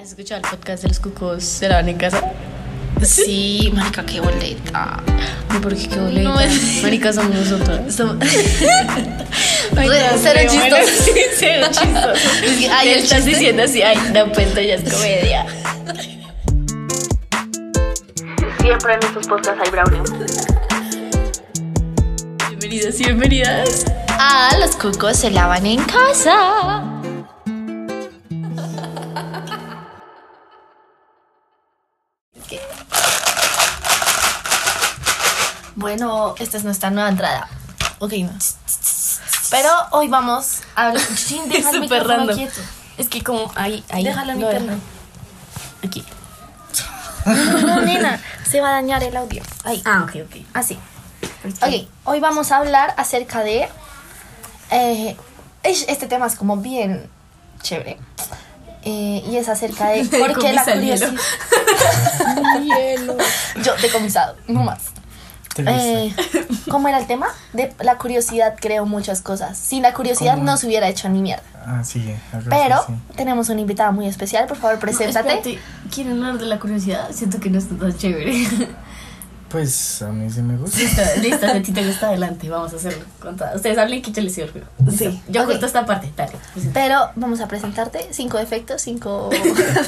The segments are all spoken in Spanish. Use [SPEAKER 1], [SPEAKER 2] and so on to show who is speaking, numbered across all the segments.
[SPEAKER 1] escuchar el podcast de los cucos? ¿Se lavan en casa?
[SPEAKER 2] Sí, marica, qué boleta.
[SPEAKER 1] No, porque qué boleta.
[SPEAKER 2] No, es-
[SPEAKER 1] Marica, somos nosotros.
[SPEAKER 2] Estamos...
[SPEAKER 1] Ay,
[SPEAKER 2] Re-
[SPEAKER 1] no,
[SPEAKER 2] cero
[SPEAKER 1] pero bueno,
[SPEAKER 2] chistoso.
[SPEAKER 1] sí, cero chistoso.
[SPEAKER 2] Es que, ay,
[SPEAKER 1] Te
[SPEAKER 2] el
[SPEAKER 1] estás
[SPEAKER 2] chiste.
[SPEAKER 1] diciendo así, ay, no, pues esto ya es comedia.
[SPEAKER 3] Siempre en estos podcasts hay brownie.
[SPEAKER 1] Bienvenidas y bienvenidas.
[SPEAKER 2] Ah, los cucos se lavan en casa.
[SPEAKER 3] Bueno, esta es nuestra nueva entrada. Ok, no. Pero hoy vamos a hablar. Chin, deja el
[SPEAKER 1] Súper
[SPEAKER 3] micrófono
[SPEAKER 1] random.
[SPEAKER 3] quieto.
[SPEAKER 1] Es que como ahí, ahí.
[SPEAKER 3] Déjalo en
[SPEAKER 1] lo dejo.
[SPEAKER 3] internet.
[SPEAKER 1] Aquí.
[SPEAKER 3] No, nena, se va a dañar el audio. Ahí,
[SPEAKER 1] Ah, ok, ok.
[SPEAKER 3] así. Ok, hoy vamos a hablar acerca de. eh, es- este tema es como bien chévere. Eh, y es acerca de por qué
[SPEAKER 1] comí
[SPEAKER 3] la
[SPEAKER 1] sal hielo.
[SPEAKER 3] curiosidad. Yo decomisado, no más. Eh, ¿Cómo era el tema? De la curiosidad creó muchas cosas. Sin la curiosidad no se hubiera hecho ni mierda.
[SPEAKER 4] Ah, sí, algo
[SPEAKER 3] Pero
[SPEAKER 4] así, sí.
[SPEAKER 3] tenemos una invitada muy especial, por favor, preséntate.
[SPEAKER 1] Espérate, ¿quieren hablar de la curiosidad? Siento que no está tan chévere.
[SPEAKER 4] Pues a mí sí me gusta.
[SPEAKER 1] Listo, listo, a ti te gusta adelante. Vamos a hacerlo con todas. Ustedes hablen que yo les sirvo.
[SPEAKER 3] Sí,
[SPEAKER 1] Yo
[SPEAKER 3] ok.
[SPEAKER 1] corto esta parte, dale. pues,
[SPEAKER 3] Pero vamos a presentarte. Cinco efectos, cinco.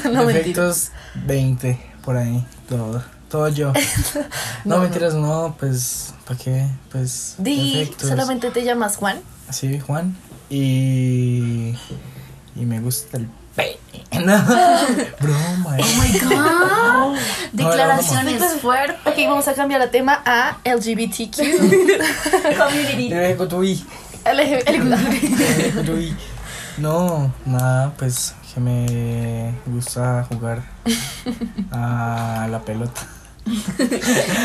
[SPEAKER 1] No mentira.
[SPEAKER 4] Efectos 20 por ahí, todo, todo yo. no, mentiras, no, pues ¿para qué? Pues
[SPEAKER 3] Di,
[SPEAKER 4] efectos.
[SPEAKER 3] solamente te llamas Juan.
[SPEAKER 4] Sí, Juan y y me gusta el pene. No, broma. eh. No, era broma.
[SPEAKER 1] Declaraciones fuertes.
[SPEAKER 3] Ok, vamos a cambiar de tema a LGBTQ.
[SPEAKER 4] Yo dije que tú y-
[SPEAKER 3] LGBT.
[SPEAKER 4] yo dije que tú y- No, nada, pues que me gusta jugar a la pelota.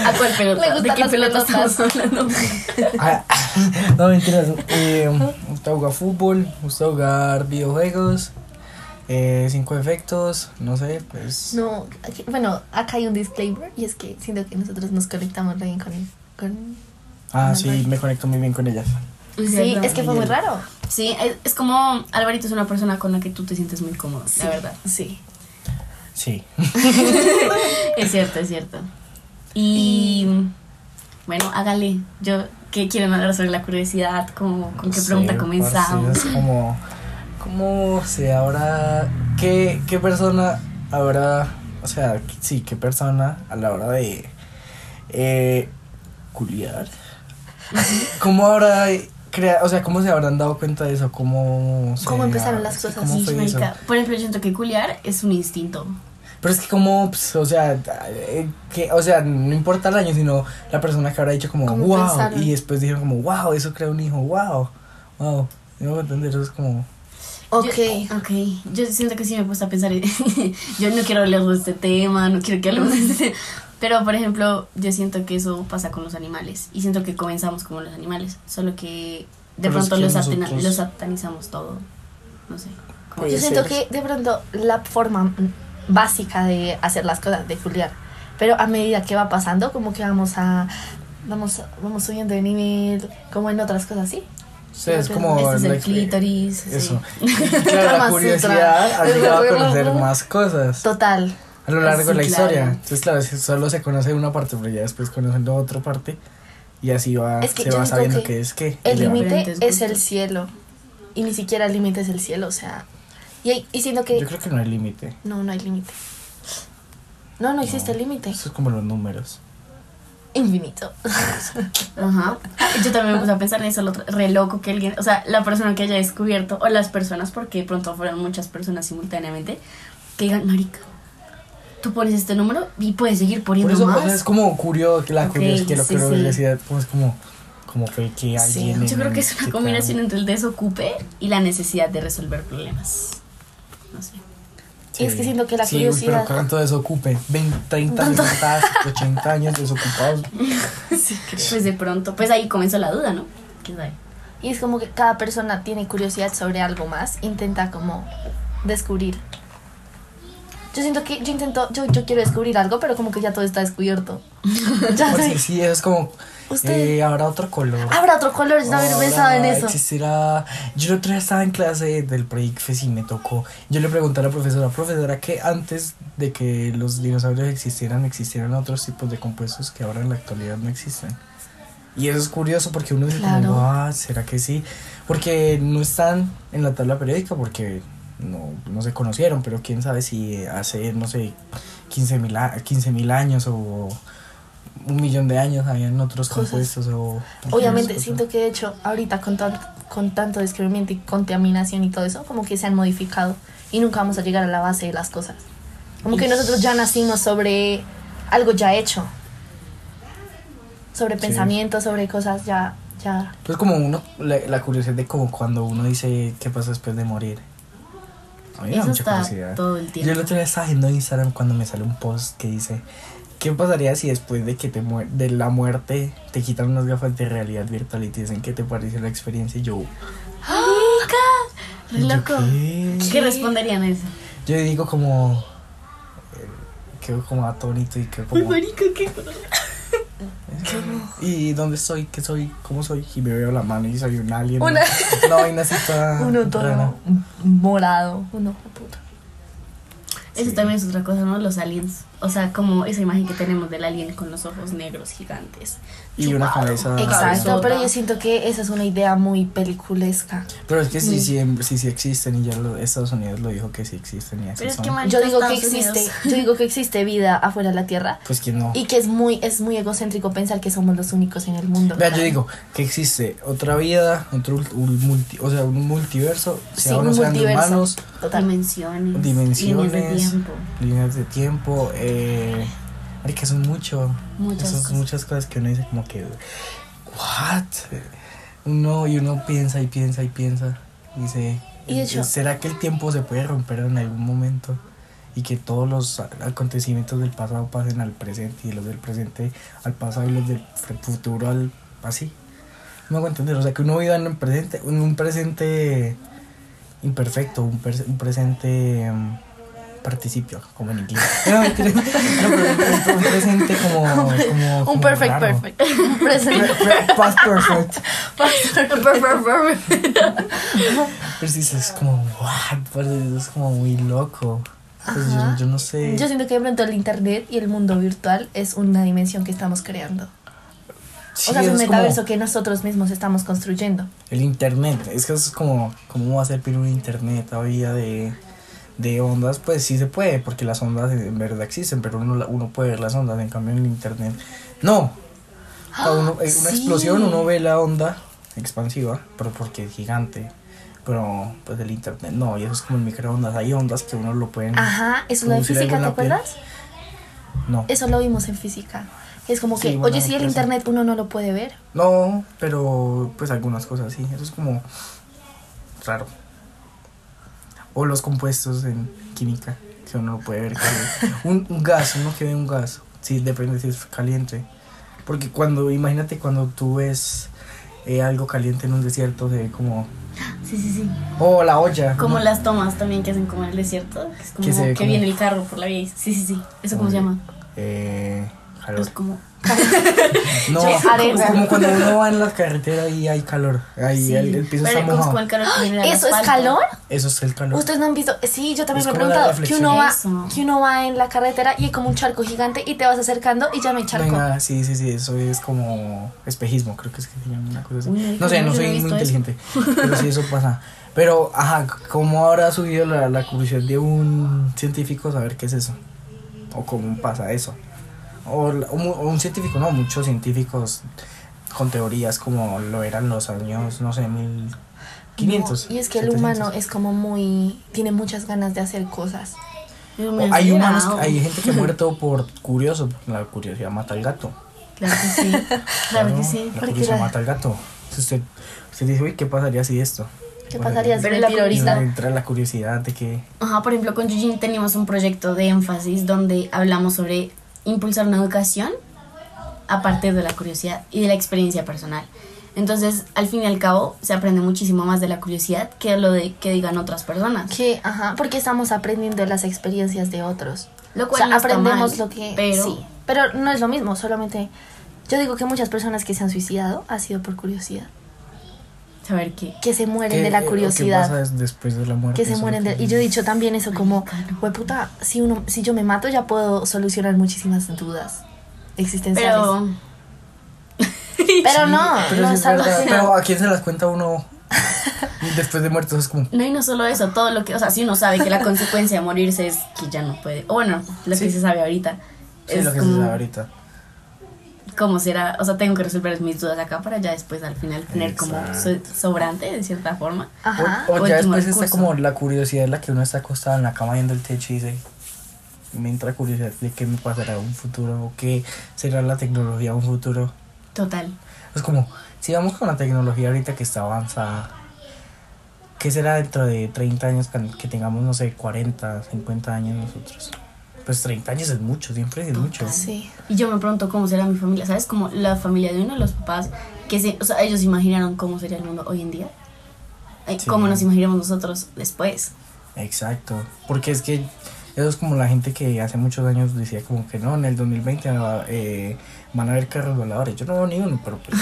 [SPEAKER 1] ¿A cuál pelota?
[SPEAKER 3] Le gustan
[SPEAKER 1] ¿De qué
[SPEAKER 3] las
[SPEAKER 1] pelota
[SPEAKER 3] pelotas.
[SPEAKER 1] estamos hablando?
[SPEAKER 4] Ah, no, mentiras. Eh, me gusta jugar fútbol, me gusta jugar videojuegos, eh, cinco efectos, no sé, pues.
[SPEAKER 3] No, aquí- bueno, acá hay un disclaimer y es que siento que nosotros nos conectamos re bien con. con...
[SPEAKER 4] Ah, sí, me conecto muy bien con ellas.
[SPEAKER 3] Sí, es que fue muy raro.
[SPEAKER 1] Sí, es, es como Alvarito es una persona con la que tú te sientes muy cómodo, la verdad.
[SPEAKER 3] Sí.
[SPEAKER 4] Sí.
[SPEAKER 1] Es cierto, es cierto. Y bueno, hágale. Yo, ¿qué quieren hablar sobre la curiosidad? ¿Cómo, ¿Con qué
[SPEAKER 4] Sí,
[SPEAKER 1] pregunta
[SPEAKER 4] parce,
[SPEAKER 1] comenzamos?
[SPEAKER 4] Es como. ¿Cómo se habrá. Qué, ¿Qué persona habrá. O sea, sí, qué persona a la hora de. Eh, culiar. ¿Cómo habrá. crea- o sea, ¿cómo se habrán dado cuenta de eso? ¿Cómo, se-
[SPEAKER 3] ¿Cómo empezaron las cosas?
[SPEAKER 4] ¿Cómo
[SPEAKER 1] Sí,
[SPEAKER 4] fue eso?
[SPEAKER 1] marica. Por ejemplo, yo siento que culiar es un instinto.
[SPEAKER 4] Pero es que como, pues, o sea, eh, que, o sea, no importa el año, sino la persona que habrá dicho como,
[SPEAKER 3] ¿Cómo
[SPEAKER 4] wow,
[SPEAKER 3] pensaron?
[SPEAKER 4] y después dijeron como, wow, eso crea un hijo, wow, wow. No voy a entender, eso es como,
[SPEAKER 3] Ok.
[SPEAKER 1] Yo, ok. Yo siento que sí me he puesto a pensar. en- yo no quiero hablar de este tema, no quiero que hablemos de este tema. Pero, por ejemplo, yo siento que eso pasa con los animales. Y siento que comenzamos como los animales. Solo que de
[SPEAKER 4] Pero es
[SPEAKER 1] pronto
[SPEAKER 4] que
[SPEAKER 1] los, satana-
[SPEAKER 4] nosotros-
[SPEAKER 1] los satanizamos todo. No sé. como-
[SPEAKER 4] Puede
[SPEAKER 3] Yo siento
[SPEAKER 4] ser.
[SPEAKER 3] que de pronto la forma básica de hacer las cosas, de culiar. Pero a medida que va pasando, como que vamos a. Vamos, vamos subiendo de nivel, como en otras cosas, ¿sí?
[SPEAKER 4] o sea, es
[SPEAKER 3] Este-
[SPEAKER 4] como...
[SPEAKER 1] este es
[SPEAKER 4] la
[SPEAKER 1] el
[SPEAKER 4] exp-
[SPEAKER 1] clítoris. sí.
[SPEAKER 4] Eso. Claro,
[SPEAKER 3] Kama
[SPEAKER 4] la curiosidad
[SPEAKER 3] Sutra.
[SPEAKER 4] ha llegado a conocer más cosas
[SPEAKER 3] Total.
[SPEAKER 4] a lo largo de la
[SPEAKER 1] Sí,
[SPEAKER 4] historia.
[SPEAKER 1] claro.
[SPEAKER 4] Entonces, claro, si solo se conoce una parte, pero ya después conocen la otra parte y así va,
[SPEAKER 3] Es que
[SPEAKER 4] se
[SPEAKER 3] yo
[SPEAKER 4] va
[SPEAKER 3] siento
[SPEAKER 4] sabiendo
[SPEAKER 3] que
[SPEAKER 4] qué es qué. y
[SPEAKER 3] El
[SPEAKER 4] le va-
[SPEAKER 3] límite
[SPEAKER 1] Diferentes
[SPEAKER 3] es el
[SPEAKER 1] gustos.
[SPEAKER 3] cielo. Y ni siquiera el límite es el cielo, o sea. Y, hay- y siento
[SPEAKER 4] Yo
[SPEAKER 3] que.
[SPEAKER 4] creo que no hay límite.
[SPEAKER 3] No, no hay límite. No, no existe el límite.
[SPEAKER 4] Eso es como los números.
[SPEAKER 3] Infinito.
[SPEAKER 1] Ajá. Yo también me puse a pensar en eso, lo otro- re loco que alguien, o sea, la persona que haya descubierto, o las personas, porque de pronto fueron muchas personas simultáneamente, que digan, marica, tú pones este número y puedes seguir
[SPEAKER 4] Por
[SPEAKER 1] poniendo
[SPEAKER 4] eso
[SPEAKER 1] más.
[SPEAKER 4] o sea, es como curioso, la
[SPEAKER 1] Ok,
[SPEAKER 4] curiosidad, que lo
[SPEAKER 1] sí,
[SPEAKER 4] que
[SPEAKER 1] sí.
[SPEAKER 4] curiosidad, como es como, como fue que alguien.
[SPEAKER 1] Yo creo que es una
[SPEAKER 4] que
[SPEAKER 1] combinación
[SPEAKER 4] tal-
[SPEAKER 1] entre el desocupe y la necesidad de resolver problemas. No sé.
[SPEAKER 3] Y es que siento que la
[SPEAKER 4] sí, uy,
[SPEAKER 3] curiosidad-
[SPEAKER 4] pero cuánto desocupe, 20, 30, 60, 80 años desocupados.
[SPEAKER 1] Pues de pronto, pues ahí comenzó la duda, ¿no? ¿Qué sabe?
[SPEAKER 3] Y es como que cada persona tiene curiosidad sobre algo más, intenta como descubrir. Yo siento que yo intento, yo, yo quiero descubrir algo, pero como que ya todo está descubierto. ya
[SPEAKER 4] Pues
[SPEAKER 3] sé.
[SPEAKER 4] sí, sí, es como.
[SPEAKER 3] Usted-
[SPEAKER 4] eh, habrá otro color.
[SPEAKER 3] Habrá otro color, yo también pensaba en
[SPEAKER 4] Ahora
[SPEAKER 3] eso.
[SPEAKER 4] Existirá. Yo el otro día estaba en clase del proyecto y me tocó. Yo le pregunté a la profesora, profesora, que antes de que los dinosaurios existieran, existieran otros tipos de compuestos que ahora en la actualidad no existen. Y eso es curioso porque uno dice, como,
[SPEAKER 3] Claro.
[SPEAKER 4] "Ah, ¿será que sí? Porque no están en la tabla periódica porque no, no se conocieron, pero quién sabe si hace, no sé, 15 mil años o un millón de años habían otros
[SPEAKER 3] Cosas.
[SPEAKER 4] compuestos o...
[SPEAKER 3] Obviamente,
[SPEAKER 4] cosas.
[SPEAKER 3] siento que de hecho, ahorita con, tan- con tanto descubrimiento y contaminación y todo eso, como que se han modificado y nunca vamos a llegar a la base de las cosas. Como que nosotros ya nacimos sobre algo ya hecho, sobre
[SPEAKER 4] Sí.
[SPEAKER 3] pensamientos, sobre cosas ya. ya.
[SPEAKER 4] Pues como uno, la, la curiosidad de como cuando uno dice qué pasa después de morir. A mí me da
[SPEAKER 1] Eso
[SPEAKER 4] mucha
[SPEAKER 1] está
[SPEAKER 4] curiosidad.
[SPEAKER 1] todo el
[SPEAKER 4] Yo el
[SPEAKER 1] tiempo.
[SPEAKER 4] otro día estaba viendo Instagram cuando me sale un post que dice, ¿qué pasaría si después de que te muer- de la muerte te quitan unas gafas de realidad virtual y te dicen qué te pareció la experiencia? Y yo,
[SPEAKER 1] ¡Marica! ¡Ah, Re
[SPEAKER 4] ¿yo
[SPEAKER 1] loco.
[SPEAKER 4] qué?
[SPEAKER 1] ¿Qué responderían a eso?
[SPEAKER 4] Yo digo como, eh, quedo como atónito y quedo como,
[SPEAKER 1] marica, qué
[SPEAKER 4] ¿y dónde soy? ¿Qué soy? ¿Cómo soy? Y me veo la mano y soy un alien.
[SPEAKER 3] Una-
[SPEAKER 4] una vaina así toda
[SPEAKER 3] Uno todo
[SPEAKER 4] rara.
[SPEAKER 3] morado, uno puto.
[SPEAKER 1] Eso
[SPEAKER 4] Sí.
[SPEAKER 1] también es otra cosa, ¿no? Los aliens. O sea, como esa imagen que tenemos del alien con los ojos negros gigantes.
[SPEAKER 4] Y una
[SPEAKER 1] Chupado.
[SPEAKER 4] cabeza-
[SPEAKER 3] Exacto,
[SPEAKER 1] Cabezota.
[SPEAKER 3] pero yo siento que esa es una idea muy peliculesca.
[SPEAKER 4] Pero es que sí, sí, em- sí, sí existen y ya lo- Estados Unidos lo dijo que sí existen y así
[SPEAKER 1] Pero es
[SPEAKER 4] son.
[SPEAKER 1] que man-
[SPEAKER 3] Yo digo que
[SPEAKER 1] Estados Unidos.
[SPEAKER 3] existe, yo digo que existe vida afuera de la Tierra
[SPEAKER 4] pues que no.
[SPEAKER 3] Y que es muy, es muy egocéntrico pensar que somos los únicos en el mundo.
[SPEAKER 4] Vea, yo digo que existe otra vida, otro ul- un multi- o sea, un multiverso,
[SPEAKER 3] Sí,
[SPEAKER 4] si aún no
[SPEAKER 3] un
[SPEAKER 4] sean de
[SPEAKER 3] multiverso.
[SPEAKER 4] humanos,
[SPEAKER 3] Totalmente.
[SPEAKER 1] Dimensiones.
[SPEAKER 4] Dimensiones.
[SPEAKER 1] Líneas de tiempo.
[SPEAKER 4] líneas de tiempo, eh, que son mucho,
[SPEAKER 1] Muchas
[SPEAKER 4] son
[SPEAKER 1] cosas.
[SPEAKER 4] muchas cosas que uno dice como que what? Uno y uno piensa y piensa y piensa y dice, "Eh,
[SPEAKER 3] Y de hecho-
[SPEAKER 4] ¿será que el tiempo se puede romper en algún momento? Y que todos los a- acontecimientos del pasado pasen al presente y los del presente al pasado y los del f- futuro al así. No hago entender, o sea, que uno viva en un presente, en un presente imperfecto, un, pres- un presente em, participio, como en inglés. No, mentira. No, pero un- un, un presente como, como-
[SPEAKER 3] Un
[SPEAKER 4] como
[SPEAKER 3] perfect,
[SPEAKER 4] raro.
[SPEAKER 3] perfect. Un present-
[SPEAKER 4] Pre- pre- Past perfect.
[SPEAKER 1] Perfect.
[SPEAKER 4] Pero sí, es como, what, parce, es como muy loco. Pues yo,
[SPEAKER 3] Ajá.
[SPEAKER 4] yo no sé.
[SPEAKER 3] Yo siento que de pronto el internet y el mundo virtual es una dimensión que estamos creando.
[SPEAKER 4] Sí,
[SPEAKER 3] o sea, es un
[SPEAKER 4] es como
[SPEAKER 3] metaverso que nosotros mismos estamos construyendo.
[SPEAKER 4] El internet, es que eso es como, ¿cómo va a ser pero un internet todavía de, de ondas? Pues sí se puede, porque las ondas en verdad existen, pero uno, la- uno puede ver las ondas, en cambio en el internet, no. Cuando uno- eh, una
[SPEAKER 3] sí.
[SPEAKER 4] explosión, uno ve la onda expansiva, pero porque es gigante. Pero pues el internet no, y eso es como el microondas, hay ondas que uno lo pueden...
[SPEAKER 3] Ajá, eso lo de
[SPEAKER 4] producir algo
[SPEAKER 3] física,
[SPEAKER 4] en
[SPEAKER 3] ¿te
[SPEAKER 4] la piel.
[SPEAKER 3] acuerdas?
[SPEAKER 4] No.
[SPEAKER 3] Eso lo vimos en física. Es como
[SPEAKER 4] Sí,
[SPEAKER 3] que,
[SPEAKER 4] bueno,
[SPEAKER 3] oye, si el
[SPEAKER 4] pues,
[SPEAKER 3] internet uno no lo puede ver.
[SPEAKER 4] No, pero pues algunas cosas sí. Eso es como raro. O los compuestos en química, que uno no puede ver. que- un, un gas, uno que ve un gas. Sí, depende si es caliente. Porque cuando, imagínate cuando tú ves eh, algo caliente en un desierto, se ve como...
[SPEAKER 1] Sí, sí, sí.
[SPEAKER 4] Oh, la olla.
[SPEAKER 1] Como
[SPEAKER 4] ¿no?
[SPEAKER 1] las tomas también que hacen como en el desierto. Que es como
[SPEAKER 4] Que
[SPEAKER 1] que,
[SPEAKER 4] se ve como-
[SPEAKER 1] viene el carro por la vía. y- Sí, sí, sí. ¿Eso cómo se llama?
[SPEAKER 4] Eh, calor.
[SPEAKER 1] Es como...
[SPEAKER 4] No,
[SPEAKER 3] Sí,
[SPEAKER 4] es
[SPEAKER 3] arena.
[SPEAKER 4] como cuando uno va en la carretera y hay calor. Ahí
[SPEAKER 1] sí.
[SPEAKER 4] el, el piso
[SPEAKER 1] Pero
[SPEAKER 4] está
[SPEAKER 1] como es como
[SPEAKER 4] mojado.
[SPEAKER 1] el carro que viene del
[SPEAKER 3] ¡Ah! ¿Eso es
[SPEAKER 1] asfalto.
[SPEAKER 3] calor?
[SPEAKER 4] Eso es el calor.
[SPEAKER 3] Ustedes no han visto, sí, yo también
[SPEAKER 4] Es
[SPEAKER 3] me he
[SPEAKER 4] como la
[SPEAKER 3] preguntado que uno, va,
[SPEAKER 1] reflexión. Eso.
[SPEAKER 3] que uno va en la carretera y hay como un charco gigante y te vas acercando y ya no hay charco.
[SPEAKER 4] Venga, sí, sí, sí, eso es como espejismo, creo que es que se llama una cosa así.
[SPEAKER 1] Uy, no,
[SPEAKER 4] no sé,
[SPEAKER 1] yo
[SPEAKER 4] no
[SPEAKER 1] no
[SPEAKER 4] soy
[SPEAKER 1] he
[SPEAKER 4] muy
[SPEAKER 1] visto eso.
[SPEAKER 4] inteligente, pero sí, eso pasa. Pero, ajá, ¿cómo habrá subido la, la curiosidad de un científico saber qué es eso? ¿O cómo pasa eso? O, la- o mu- o un científico, no, muchos científicos con teorías como lo eran los años, no sé, 1500.
[SPEAKER 3] No, y es que el
[SPEAKER 4] 700.
[SPEAKER 3] humano es como muy. tiene muchas ganas de hacer cosas.
[SPEAKER 1] Yo
[SPEAKER 4] O
[SPEAKER 1] me
[SPEAKER 4] Oh, Hay
[SPEAKER 1] acelerado.
[SPEAKER 4] humanos, hay gente que ha muerto por curioso, la curiosidad mata al gato.
[SPEAKER 1] Claro que sí. Claro que sí.
[SPEAKER 4] La
[SPEAKER 3] porque
[SPEAKER 4] curiosidad
[SPEAKER 3] la-
[SPEAKER 4] mata al gato. Si usted, usted dice, uy, ¿qué pasaría si esto?
[SPEAKER 3] ¿Qué
[SPEAKER 4] Bueno,
[SPEAKER 3] pasaría si
[SPEAKER 1] Pero
[SPEAKER 3] me
[SPEAKER 1] la
[SPEAKER 3] tiro ahorita?
[SPEAKER 4] Entra, entra la curiosidad de que.
[SPEAKER 1] Ajá, por ejemplo, con Yujin teníamos un proyecto de énfasis donde hablamos sobre impulsar una educación a partir de la curiosidad y de la experiencia personal. Entonces, al fin y al cabo, se aprende muchísimo más de la curiosidad que lo de que digan otras personas.
[SPEAKER 3] Que, ajá, porque estamos aprendiendo de las experiencias de otros.
[SPEAKER 1] Lo cual
[SPEAKER 3] O sea,
[SPEAKER 1] no está
[SPEAKER 3] aprendemos
[SPEAKER 1] mal,
[SPEAKER 3] lo que...
[SPEAKER 1] pero-
[SPEAKER 3] sí, pero no es lo mismo, solamente... Yo digo que muchas personas que se han suicidado ha sido por curiosidad.
[SPEAKER 1] Saber qué.
[SPEAKER 3] Que se mueren
[SPEAKER 4] ¿Qué-
[SPEAKER 3] de la
[SPEAKER 4] qué
[SPEAKER 3] curiosidad.
[SPEAKER 4] eh, pasa es después de la muerte?
[SPEAKER 3] que se
[SPEAKER 4] Eso
[SPEAKER 3] mueren de...
[SPEAKER 4] que-
[SPEAKER 3] Y yo he dicho también eso como,
[SPEAKER 1] Marica, no.
[SPEAKER 3] hueputa, si, uno, si yo me mato ya puedo solucionar muchísimas dudas existenciales.
[SPEAKER 1] Pero
[SPEAKER 3] Pero, no,
[SPEAKER 4] Pero,
[SPEAKER 3] no
[SPEAKER 4] sí es
[SPEAKER 3] es algo
[SPEAKER 4] verdad,
[SPEAKER 3] así.
[SPEAKER 4] pero a quién se las cuenta uno después de muerto es como
[SPEAKER 1] no y no solo eso, todo lo que, o sea, si uno sabe que la consecuencia de morirse es que ya no puede, o bueno, lo
[SPEAKER 4] Sí.
[SPEAKER 1] que se sabe ahorita
[SPEAKER 4] sí,
[SPEAKER 1] es
[SPEAKER 4] lo que se
[SPEAKER 1] como
[SPEAKER 4] sabe ahorita.
[SPEAKER 1] cómo será, o sea, tengo que resolver mis dudas acá para ya después al final tener como so-
[SPEAKER 4] Exacto.
[SPEAKER 1] sobrante de cierta forma.
[SPEAKER 3] Ajá.
[SPEAKER 4] O, o ya
[SPEAKER 1] Último
[SPEAKER 4] después está
[SPEAKER 1] recurso.
[SPEAKER 4] como la curiosidad en la que uno está acostado en la cama viendo el techo y dice, me entra curiosidad de qué me pasará en un futuro o qué será la tecnología en un futuro.
[SPEAKER 1] Total.
[SPEAKER 4] Es como, si vamos con la tecnología ahorita que está avanzada, ¿qué será dentro de 30 años can- que tengamos, no sé, 40, 50 años nosotros? Pues 30 años es mucho, siempre es mucho.
[SPEAKER 3] Ah, Sí.
[SPEAKER 1] Y yo me pregunto cómo será mi familia, ¿sabes? Como la familia de uno de los papás, que se, o sea, ellos imaginaron cómo sería el mundo hoy en día. Eh,
[SPEAKER 4] Sí.
[SPEAKER 1] ¿Cómo nos imaginamos nosotros después?
[SPEAKER 4] Exacto, porque es que eso es como la gente que hace muchos años decía como que no, en el 2020 va- eh, van a haber carros voladores. Yo no veo ni uno, pero pues,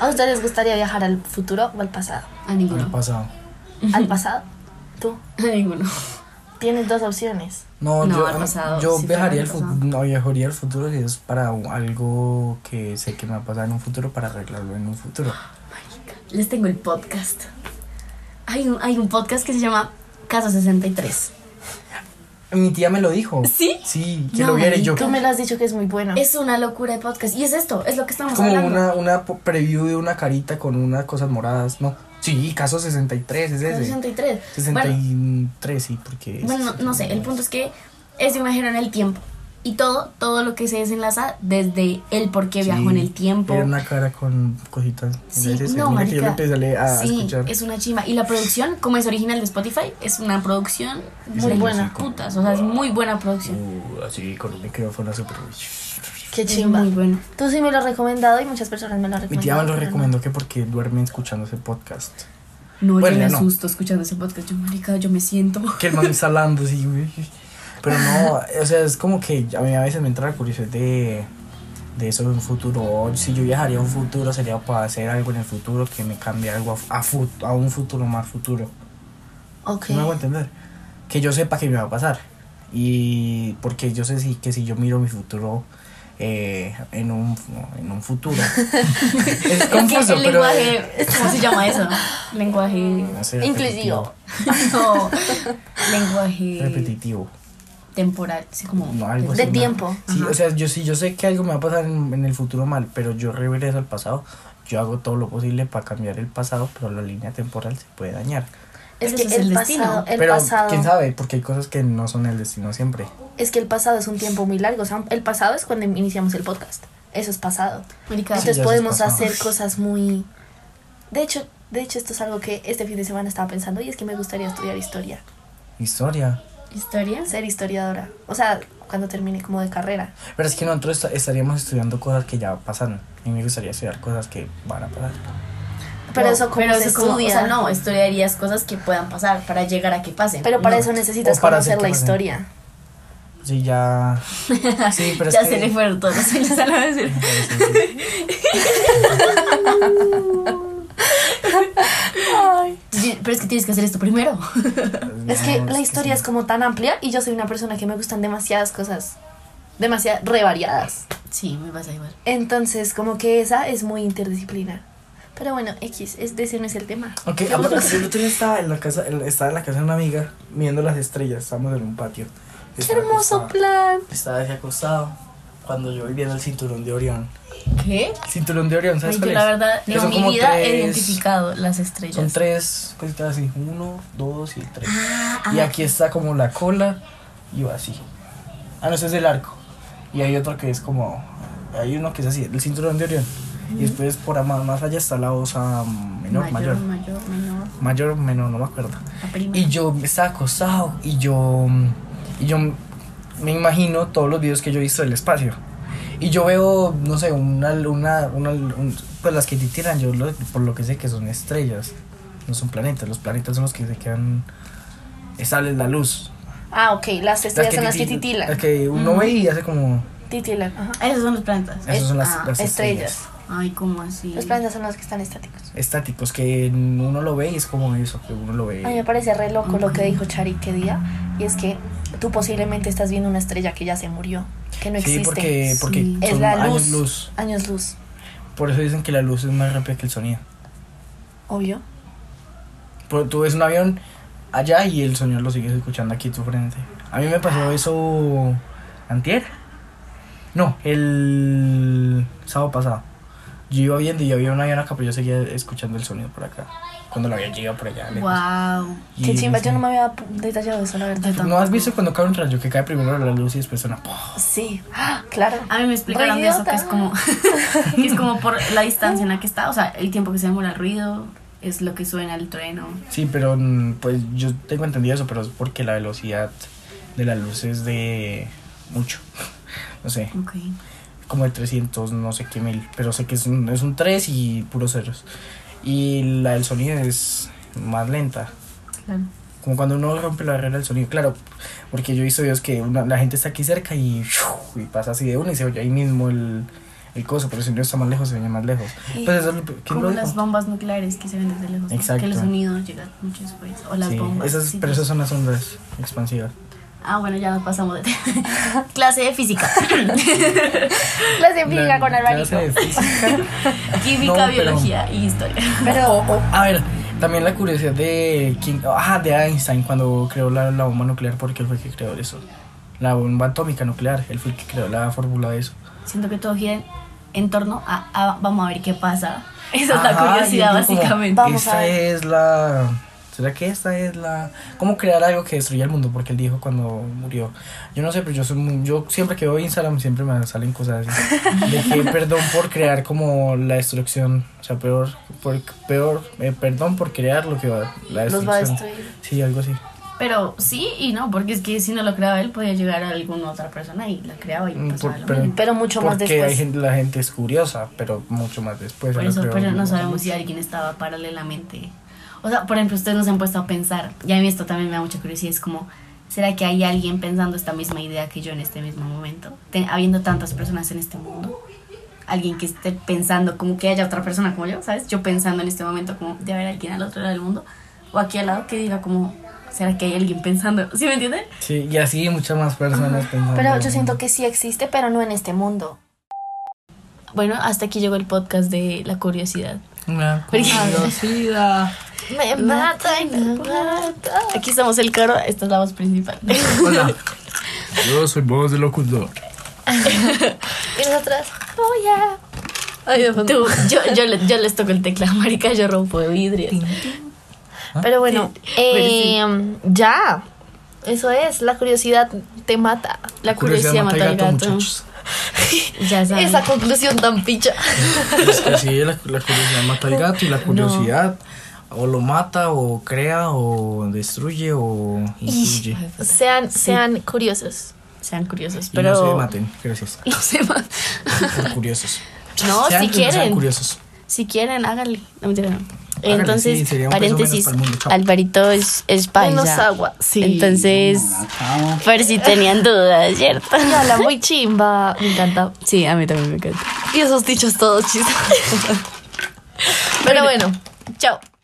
[SPEAKER 3] ¿A ustedes les gustaría viajar al futuro o al pasado?
[SPEAKER 1] A
[SPEAKER 4] en el
[SPEAKER 1] ninguno.
[SPEAKER 4] pasado.
[SPEAKER 3] ¿Al pasado? Tú.
[SPEAKER 1] A ninguno.
[SPEAKER 3] Tienes dos opciones.
[SPEAKER 4] No,
[SPEAKER 1] No,
[SPEAKER 4] yo,
[SPEAKER 1] al pasado,
[SPEAKER 4] yo
[SPEAKER 1] sí,
[SPEAKER 4] viajaría al
[SPEAKER 1] pero al
[SPEAKER 4] futuro, no, viajaría al futuro si es para un- algo que sé que me va a pasar en un futuro para arreglarlo en un futuro.
[SPEAKER 1] Les tengo el podcast. Hay un, hay un podcast que se llama Casa 63.
[SPEAKER 4] Mi tía me lo dijo.
[SPEAKER 1] ¿Sí?
[SPEAKER 4] Sí, que
[SPEAKER 1] No,
[SPEAKER 4] lo viera y yo.
[SPEAKER 3] Tú me lo has dicho que es muy bueno.
[SPEAKER 1] Es una locura de podcast. Y es esto, es lo que estamos
[SPEAKER 4] Ah. Como
[SPEAKER 1] hablando.
[SPEAKER 4] una, una po- preview de una carita con unas cosas moradas, ¿no? Sí, caso 63, es
[SPEAKER 1] Casa
[SPEAKER 4] ese.
[SPEAKER 1] 63. Bueno,
[SPEAKER 4] 63, sí, porque... es-
[SPEAKER 1] Bueno, no, no sé, el punto es que es de imaginar en el tiempo. Y todo, todo lo que se desenlaza desde el por qué
[SPEAKER 4] Sí,
[SPEAKER 1] viajó en el tiempo.
[SPEAKER 4] Era una cara con cositas.
[SPEAKER 1] Sí,
[SPEAKER 4] Entonces,
[SPEAKER 1] no,
[SPEAKER 4] mira que yo
[SPEAKER 1] marica.
[SPEAKER 4] lo empecé a, a
[SPEAKER 1] sí,
[SPEAKER 4] escuchar.
[SPEAKER 1] es una chimba. Y la producción, como es original de Spotify, es una producción
[SPEAKER 3] Muy
[SPEAKER 1] de
[SPEAKER 3] buena.
[SPEAKER 1] las putas. O sea, es muy buena producción.
[SPEAKER 4] Uh, así, con un micrófono super...
[SPEAKER 3] Qué
[SPEAKER 1] Es
[SPEAKER 3] chimba.
[SPEAKER 1] muy buena.
[SPEAKER 3] Tú sí me lo has recomendado y muchas personas me lo han
[SPEAKER 4] Mi
[SPEAKER 3] recomendado.
[SPEAKER 4] tía me lo
[SPEAKER 3] pero no.
[SPEAKER 4] recomendó que porque duerme escuchando ese podcast.
[SPEAKER 1] No,
[SPEAKER 4] Bueno,
[SPEAKER 1] yo me
[SPEAKER 4] no.
[SPEAKER 1] asusto escuchando ese podcast. Yo, marica, yo me siento.
[SPEAKER 4] Que el man está hablando así, güey. Pero no, o sea, es como que a mí a veces me entra la curiosidad de, de eso de un futuro. O Si yo viajaría a un futuro, sería para hacer algo en el futuro que me cambie algo a, fu- a, fut- a un futuro más futuro.
[SPEAKER 3] Ok.
[SPEAKER 4] ¿Sí me hago entender? Que yo sepa que me va a pasar. Y porque yo sé si, que si yo miro mi futuro eh, en, un, en un futuro. es
[SPEAKER 1] es que
[SPEAKER 4] confuso,
[SPEAKER 1] el
[SPEAKER 4] pero.
[SPEAKER 1] lenguaje, ¿cómo se llama eso? lenguaje.
[SPEAKER 4] no sé,
[SPEAKER 3] Inclusivo.
[SPEAKER 1] No, lenguaje.
[SPEAKER 4] Repetitivo. repetitivo.
[SPEAKER 1] Temporal, así como.
[SPEAKER 4] No, algo
[SPEAKER 3] De
[SPEAKER 4] así, ¿no?
[SPEAKER 3] tiempo.
[SPEAKER 4] Sí, o sea, yo sí, yo sé que algo me va a pasar en, en el futuro mal, pero yo regreso al pasado. Yo hago todo lo posible para cambiar el pasado, pero la línea temporal se puede dañar.
[SPEAKER 3] Es
[SPEAKER 1] Pero
[SPEAKER 3] que
[SPEAKER 1] ese es
[SPEAKER 3] el
[SPEAKER 1] el
[SPEAKER 3] pasado,
[SPEAKER 1] destino.
[SPEAKER 3] el
[SPEAKER 4] pero
[SPEAKER 3] pasado.
[SPEAKER 4] quién sabe, porque hay cosas que no son el destino siempre.
[SPEAKER 3] Es que el pasado es un tiempo muy largo. O sea, el pasado es cuando iniciamos el podcast. Eso es pasado.
[SPEAKER 1] Marica,
[SPEAKER 4] Sí,
[SPEAKER 3] Entonces
[SPEAKER 4] ya eso es
[SPEAKER 3] podemos
[SPEAKER 4] pasado.
[SPEAKER 3] hacer cosas muy. De hecho, de hecho, esto es algo que este fin de semana estaba pensando y es que me gustaría estudiar historia,
[SPEAKER 4] Historia.
[SPEAKER 1] historias.
[SPEAKER 3] ser historiadora. O sea, cuando termine como de carrera.
[SPEAKER 4] Pero es que nosotros est- estaríamos estudiando cosas que ya pasan. A mí me gustaría estudiar cosas que van a pasar.
[SPEAKER 3] Pero
[SPEAKER 1] No,
[SPEAKER 3] eso como se
[SPEAKER 1] como-
[SPEAKER 3] estudia.
[SPEAKER 1] o sea, no, eh, estudiarías cosas que puedan pasar para llegar a que pasen.
[SPEAKER 3] Pero para
[SPEAKER 1] No.
[SPEAKER 3] eso necesitas
[SPEAKER 4] O para hacer
[SPEAKER 3] conocer la
[SPEAKER 4] que pasen.
[SPEAKER 3] historia.
[SPEAKER 4] Sí, ya. Sí, pero
[SPEAKER 1] ya
[SPEAKER 4] es
[SPEAKER 1] se
[SPEAKER 4] que.
[SPEAKER 1] le fueron todos los años a la vez. Pero es que tienes que hacer esto primero.
[SPEAKER 3] es que
[SPEAKER 4] No,
[SPEAKER 3] la historia
[SPEAKER 4] sí.
[SPEAKER 3] es como tan amplia y yo soy una persona que me gustan demasiadas cosas. Demasiadas, revariadas.
[SPEAKER 1] Sí, me pasa igual.
[SPEAKER 3] Entonces, como que esa es muy interdisciplinar. Pero bueno, X, es, de ese no es el tema.
[SPEAKER 4] Ok, ah, pero yo el otro día estaba en la casa, en- estaba en la casa de una amiga viendo las estrellas, estábamos en un patio.
[SPEAKER 3] ¡Qué hermoso
[SPEAKER 4] plan!
[SPEAKER 3] plan!
[SPEAKER 4] Estaba así acostado cuando yo viviendo el cinturón de Orión.
[SPEAKER 1] ¿Qué?
[SPEAKER 4] El cinturón de Orión, ¿sabes
[SPEAKER 1] yo
[SPEAKER 4] cuál
[SPEAKER 1] la
[SPEAKER 4] es?
[SPEAKER 1] verdad,
[SPEAKER 4] Que
[SPEAKER 1] en
[SPEAKER 4] son
[SPEAKER 1] mi
[SPEAKER 4] como
[SPEAKER 1] vida he
[SPEAKER 4] tres-
[SPEAKER 1] identificado las
[SPEAKER 4] Son
[SPEAKER 1] estrellas.
[SPEAKER 4] tres cositas así, uno, dos y tres.
[SPEAKER 1] Ah,
[SPEAKER 4] Y aquí está como la cola y va así. Ah, no, ese es el arco. Y hay otro que es como, hay uno que es así, el cinturón de Orión. Y después por ama- más allá está la osa menor, mayor.
[SPEAKER 1] mayor, mayor, menor,
[SPEAKER 4] Mayor, menor, no me acuerdo.
[SPEAKER 1] la prima.
[SPEAKER 4] Y yo estaba acostado y yo, y yo me imagino todos los videos que yo he visto del espacio. Y yo veo, no sé, una, una, una un- pues las que titilan, yo lo- por lo que sé que son estrellas, no son planetas, los planetas son los que se quedan estables en la luz.
[SPEAKER 3] Ah, ok, las estrellas son las que
[SPEAKER 4] titil-
[SPEAKER 3] titilan.
[SPEAKER 4] Las que uno ve y hace como,
[SPEAKER 3] Titilan, ajá.
[SPEAKER 1] Esos son los planetas.
[SPEAKER 4] esas son las,
[SPEAKER 1] Ah,
[SPEAKER 4] las estrellas.
[SPEAKER 3] Estrellas.
[SPEAKER 1] Ay, ¿cómo así?
[SPEAKER 3] Los planetas son los que están estáticos.
[SPEAKER 4] Estáticos, que uno lo ve y es como eso, que uno lo ve.
[SPEAKER 3] A mí me parece re loco lo que dijo Chari que día. Y es que tú posiblemente estás viendo una estrella que ya se murió, que no
[SPEAKER 4] sí,
[SPEAKER 3] existe.
[SPEAKER 4] porque, porque
[SPEAKER 1] Sí.
[SPEAKER 4] son
[SPEAKER 3] es la
[SPEAKER 4] años
[SPEAKER 3] luz.
[SPEAKER 4] luz.
[SPEAKER 3] Años luz,
[SPEAKER 4] Por eso dicen que la luz es más rápida que el sonido.
[SPEAKER 3] obvio.
[SPEAKER 4] Pero Pues, tú ves un avión allá y el sonido lo sigues escuchando aquí en tu frente. A mí me
[SPEAKER 3] Ah.
[SPEAKER 4] pasó eso antier. No, el sábado pasado. Yo iba viendo y había un avión acá, pero yo seguía escuchando el sonido por acá. Cuando el avión llegaba por allá. lejos.
[SPEAKER 1] Wow.
[SPEAKER 4] Y
[SPEAKER 3] Qué chimba,
[SPEAKER 4] dije,
[SPEAKER 3] yo no me había detallado eso, la verdad.
[SPEAKER 1] Yo
[SPEAKER 4] ¿No has visto cuando cae un rayo que cae primero la luz y después suena? ¡pum!
[SPEAKER 3] Sí, ¡Ah! claro.
[SPEAKER 1] A mí me explicaron de eso, que es como que es como por la distancia en la que está, o sea, el tiempo que se demora el ruido es lo que suena el trueno.
[SPEAKER 4] Sí, pero mm, pues yo tengo entendido eso, pero es porque la velocidad de la luz es de mucho. No sé.
[SPEAKER 1] Ok.
[SPEAKER 4] como de 300, no sé qué mil, pero sé que es un, es un 3 y puros ceros. Y la del sonido es más lenta,
[SPEAKER 1] Claro.
[SPEAKER 4] como cuando uno rompe la barrera del sonido, claro, porque yo he visto videos que una- la gente está aquí cerca y, y pasa así de una y se oye ahí mismo el, el coso, pero si no está más lejos, se oye más lejos.
[SPEAKER 3] Y
[SPEAKER 4] Pues eso es lo pe- ¿quién
[SPEAKER 1] Como
[SPEAKER 4] lo dijo?
[SPEAKER 1] las bombas nucleares que se ven desde lejos, ¿no?
[SPEAKER 4] Exacto.
[SPEAKER 1] que el sonido llega mucho después o las
[SPEAKER 4] Sí,
[SPEAKER 1] bombas.
[SPEAKER 4] esas,
[SPEAKER 1] sí.
[SPEAKER 4] pero esas son las ondas expansivas.
[SPEAKER 1] Ah, bueno, ya nos pasamos de tema. clase de física,
[SPEAKER 3] clase física
[SPEAKER 4] La
[SPEAKER 3] con
[SPEAKER 4] clase
[SPEAKER 3] Alvarito.
[SPEAKER 4] de física. No,
[SPEAKER 1] química,
[SPEAKER 4] pero-
[SPEAKER 1] biología y historia.
[SPEAKER 4] Pero, o- a ver, también la curiosidad de King, ah, de Einstein cuando creó la, la bomba nuclear, porque él fue el que creó eso. La bomba atómica nuclear, él fue el que creó la fórmula de eso.
[SPEAKER 1] Siento que todo gira en torno a, a- vamos a ver qué pasa. Esa es la
[SPEAKER 4] Ajá,
[SPEAKER 1] curiosidad
[SPEAKER 4] y él dijo como,
[SPEAKER 1] básicamente.
[SPEAKER 3] Vamos a
[SPEAKER 4] esta
[SPEAKER 3] ver".
[SPEAKER 4] es la. ¿Será que esta es la.? ¿Cómo crear algo que destruya el mundo? Porque él dijo cuando murió. Yo no sé, pero yo soy muy- yo siempre que veo Instagram siempre me salen cosas así. De que perdón por crear como la destrucción. O sea, peor. por- peor eh, perdón por crear lo que va. La destrucción.
[SPEAKER 3] Los va a destruir.
[SPEAKER 4] Sí, algo así.
[SPEAKER 1] Pero sí y no, porque es que si no lo creaba él, podía llegar a alguna otra persona y la creaba y
[SPEAKER 4] Mm,
[SPEAKER 1] pasaba
[SPEAKER 4] por-
[SPEAKER 1] lo
[SPEAKER 4] pero-
[SPEAKER 1] mismo.
[SPEAKER 3] Pero mucho más
[SPEAKER 4] Porque hay
[SPEAKER 3] después.
[SPEAKER 4] gente- la gente es curiosa, pero mucho más después.
[SPEAKER 1] Por
[SPEAKER 4] la
[SPEAKER 1] eso,
[SPEAKER 4] creo.
[SPEAKER 1] pero Pues no sabemos si alguien estaba paralelamente. O sea, por ejemplo, ustedes nos han puesto a pensar, y a mí esto también me da mucha curiosidad, es como, ¿será que hay alguien pensando esta misma idea que yo en este mismo momento? Ten- habiendo tantas personas en este mundo, alguien que esté pensando como que haya otra persona como yo, ¿sabes? Yo pensando en este momento como de haber alguien al otro lado del mundo, o aquí al lado que diga como, ¿será que hay alguien pensando? ¿Sí me entienden?
[SPEAKER 4] Sí, y así muchas más personas pensando.
[SPEAKER 3] Pero yo siento que sí existe, pero no en este mundo.
[SPEAKER 1] Bueno, hasta aquí llegó el podcast de la curiosidad.
[SPEAKER 4] Una
[SPEAKER 1] Porque-
[SPEAKER 4] curiosidad.
[SPEAKER 3] Me mata y me mata.
[SPEAKER 1] Aquí estamos el caro, esta es la voz principal.
[SPEAKER 4] Hola. Yo soy voz de locutor.
[SPEAKER 3] Y nosotras, oh yeah.
[SPEAKER 1] Tú, yo, yo, le- yo les toco el teclado, marica, yo rompo vidrio.
[SPEAKER 3] Pero Ah, bueno, eh, ya. Eso es, la curiosidad te mata.
[SPEAKER 1] La curiosidad mata al gato.
[SPEAKER 4] muchachos.
[SPEAKER 1] Ya saben.
[SPEAKER 3] Esa conclusión tan picha.
[SPEAKER 4] Es que sí, la, la curiosidad mata al gato y la curiosidad o lo mata o crea o destruye o influye.
[SPEAKER 3] Sean, sean curiosos.
[SPEAKER 1] Sean curiosos,
[SPEAKER 4] Pero...
[SPEAKER 1] pero
[SPEAKER 4] no se maten, gracias.
[SPEAKER 1] No se ma-
[SPEAKER 4] Por curiosos.
[SPEAKER 1] No,
[SPEAKER 4] Sean
[SPEAKER 1] si
[SPEAKER 4] que Sean
[SPEAKER 1] quieren.
[SPEAKER 4] curiosos.
[SPEAKER 1] si quieren, háganle. No, mentira, no.
[SPEAKER 4] Háganle,
[SPEAKER 1] Entonces,
[SPEAKER 4] sí, sería un peso menos
[SPEAKER 1] paréntesis,
[SPEAKER 4] para el mundo, chao.
[SPEAKER 1] Alvarito es, es paisa.
[SPEAKER 3] Menos agua, sí.
[SPEAKER 1] Entonces, por si tenían dudas, ¿cierto?
[SPEAKER 3] Habla muy chimba. Me encanta.
[SPEAKER 1] Sí, a mí también me encanta.
[SPEAKER 3] Y esos dichos todos chistes. Pero bueno.
[SPEAKER 1] Chao.